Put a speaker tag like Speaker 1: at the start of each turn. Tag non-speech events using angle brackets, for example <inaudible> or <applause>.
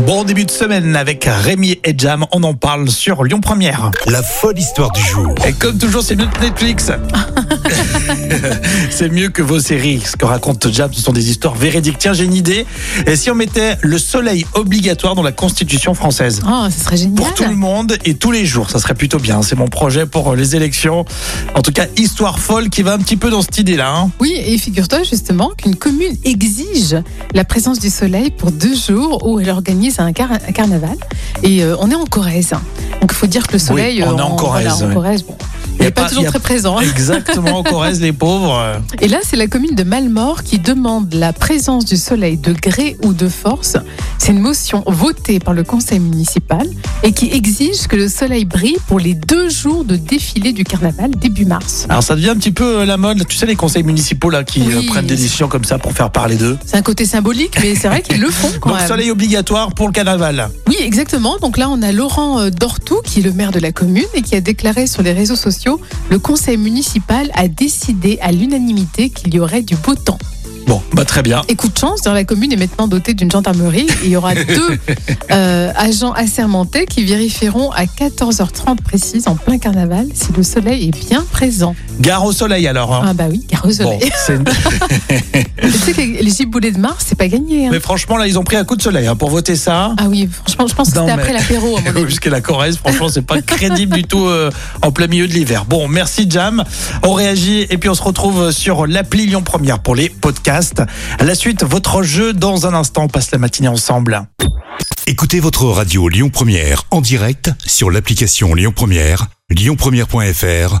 Speaker 1: Bon début de semaine avec Rémi et Jam, on en parle sur Lyon Première.
Speaker 2: La folle histoire du jour.
Speaker 1: Et comme toujours, c'est mieux que Netflix. c'est mieux que vos séries. Ce que raconte Jam, ce sont des histoires véridiques. Tiens, j'ai une idée. Et si on mettait le soleil obligatoire dans la Constitution française
Speaker 3: Oh, ce serait génial.
Speaker 1: pour tout le monde et tous les jours, ça serait plutôt bien. C'est mon projet pour euh, les élections. En tout cas, histoire folle qui va un petit peu dans cette idée-là. hein.
Speaker 3: Oui, et figure-toi justement qu'une commune exige la présence du soleil pour deux jours où elle organise un, car- un carnaval. Et euh, on est en Corrèze. Donc il faut dire que le soleil.
Speaker 1: on est
Speaker 3: euh,
Speaker 1: en Corrèze,
Speaker 3: voilà, en
Speaker 1: ouais.
Speaker 3: Corrèze, bon,
Speaker 1: Y
Speaker 3: il
Speaker 1: a
Speaker 3: n'est pas,
Speaker 1: pas-
Speaker 3: toujours
Speaker 1: y a-
Speaker 3: très présent.
Speaker 1: <laughs>
Speaker 3: hein.
Speaker 1: Exactement, Corrèze, les pauvres. euh,
Speaker 3: Et là, c'est la commune de Malmort qui demande la présence du soleil de gré ou de force. C'est une motion votée par le conseil municipal et qui exige que le soleil brille pour les deux jours de défilé du carnaval début mars.
Speaker 1: Alors ça devient un petit peu euh, la mode, tu sais les conseils municipaux là qui
Speaker 3: Oui.
Speaker 1: euh, prennent des décisions comme ça pour faire parler d'eux.
Speaker 3: C'est un côté symbolique, mais c'est vrai qu'ils le font
Speaker 1: <laughs>
Speaker 3: quand
Speaker 1: Donc
Speaker 3: même.
Speaker 1: soleil obligatoire pour le carnaval.
Speaker 3: Oui, exactement. Donc là, on a Laurent euh, Dortou, qui est le maire de la commune et qui a déclaré sur les réseaux sociaux le conseil municipal a décidé à l'unanimité qu'il y aurait du beau temps.
Speaker 1: Bon, bah très bien.
Speaker 3: Et coup de chance, dans la commune est maintenant dotée d'une gendarmerie. et
Speaker 1: <laughs>
Speaker 3: Il y aura deux euh, agents assermentés qui vérifieront à 14h30 précise, en plein carnaval, si le soleil est bien présent.
Speaker 1: Gare au soleil alors. hein.
Speaker 3: Ah bah oui, car au
Speaker 1: Bon,
Speaker 3: soleil. <laughs>
Speaker 1: c'est-
Speaker 3: Tu sais que les giboulets de Mars, c'est pas gagné. hein.
Speaker 1: mais franchement là ils ont pris un coup de soleil hein, pour voter ça.
Speaker 3: Ah oui, franchement, je pense que
Speaker 1: Non,
Speaker 3: c'était
Speaker 1: mais-
Speaker 3: après l'apéro. à
Speaker 1: <laughs>
Speaker 3: mon avis.
Speaker 1: Jusqu'à la Corrèze, franchement, c'est pas crédible du tout euh, en plein milieu de l'hiver. Bon, merci Jam. On réagit et puis on se retrouve sur l'appli Lyon Première pour les podcasts. À la suite, votre jeu dans un instant. On passe la matinée ensemble.
Speaker 2: Écoutez votre radio Lyon Première en direct sur l'application Lyon Première, lyonpremière.fr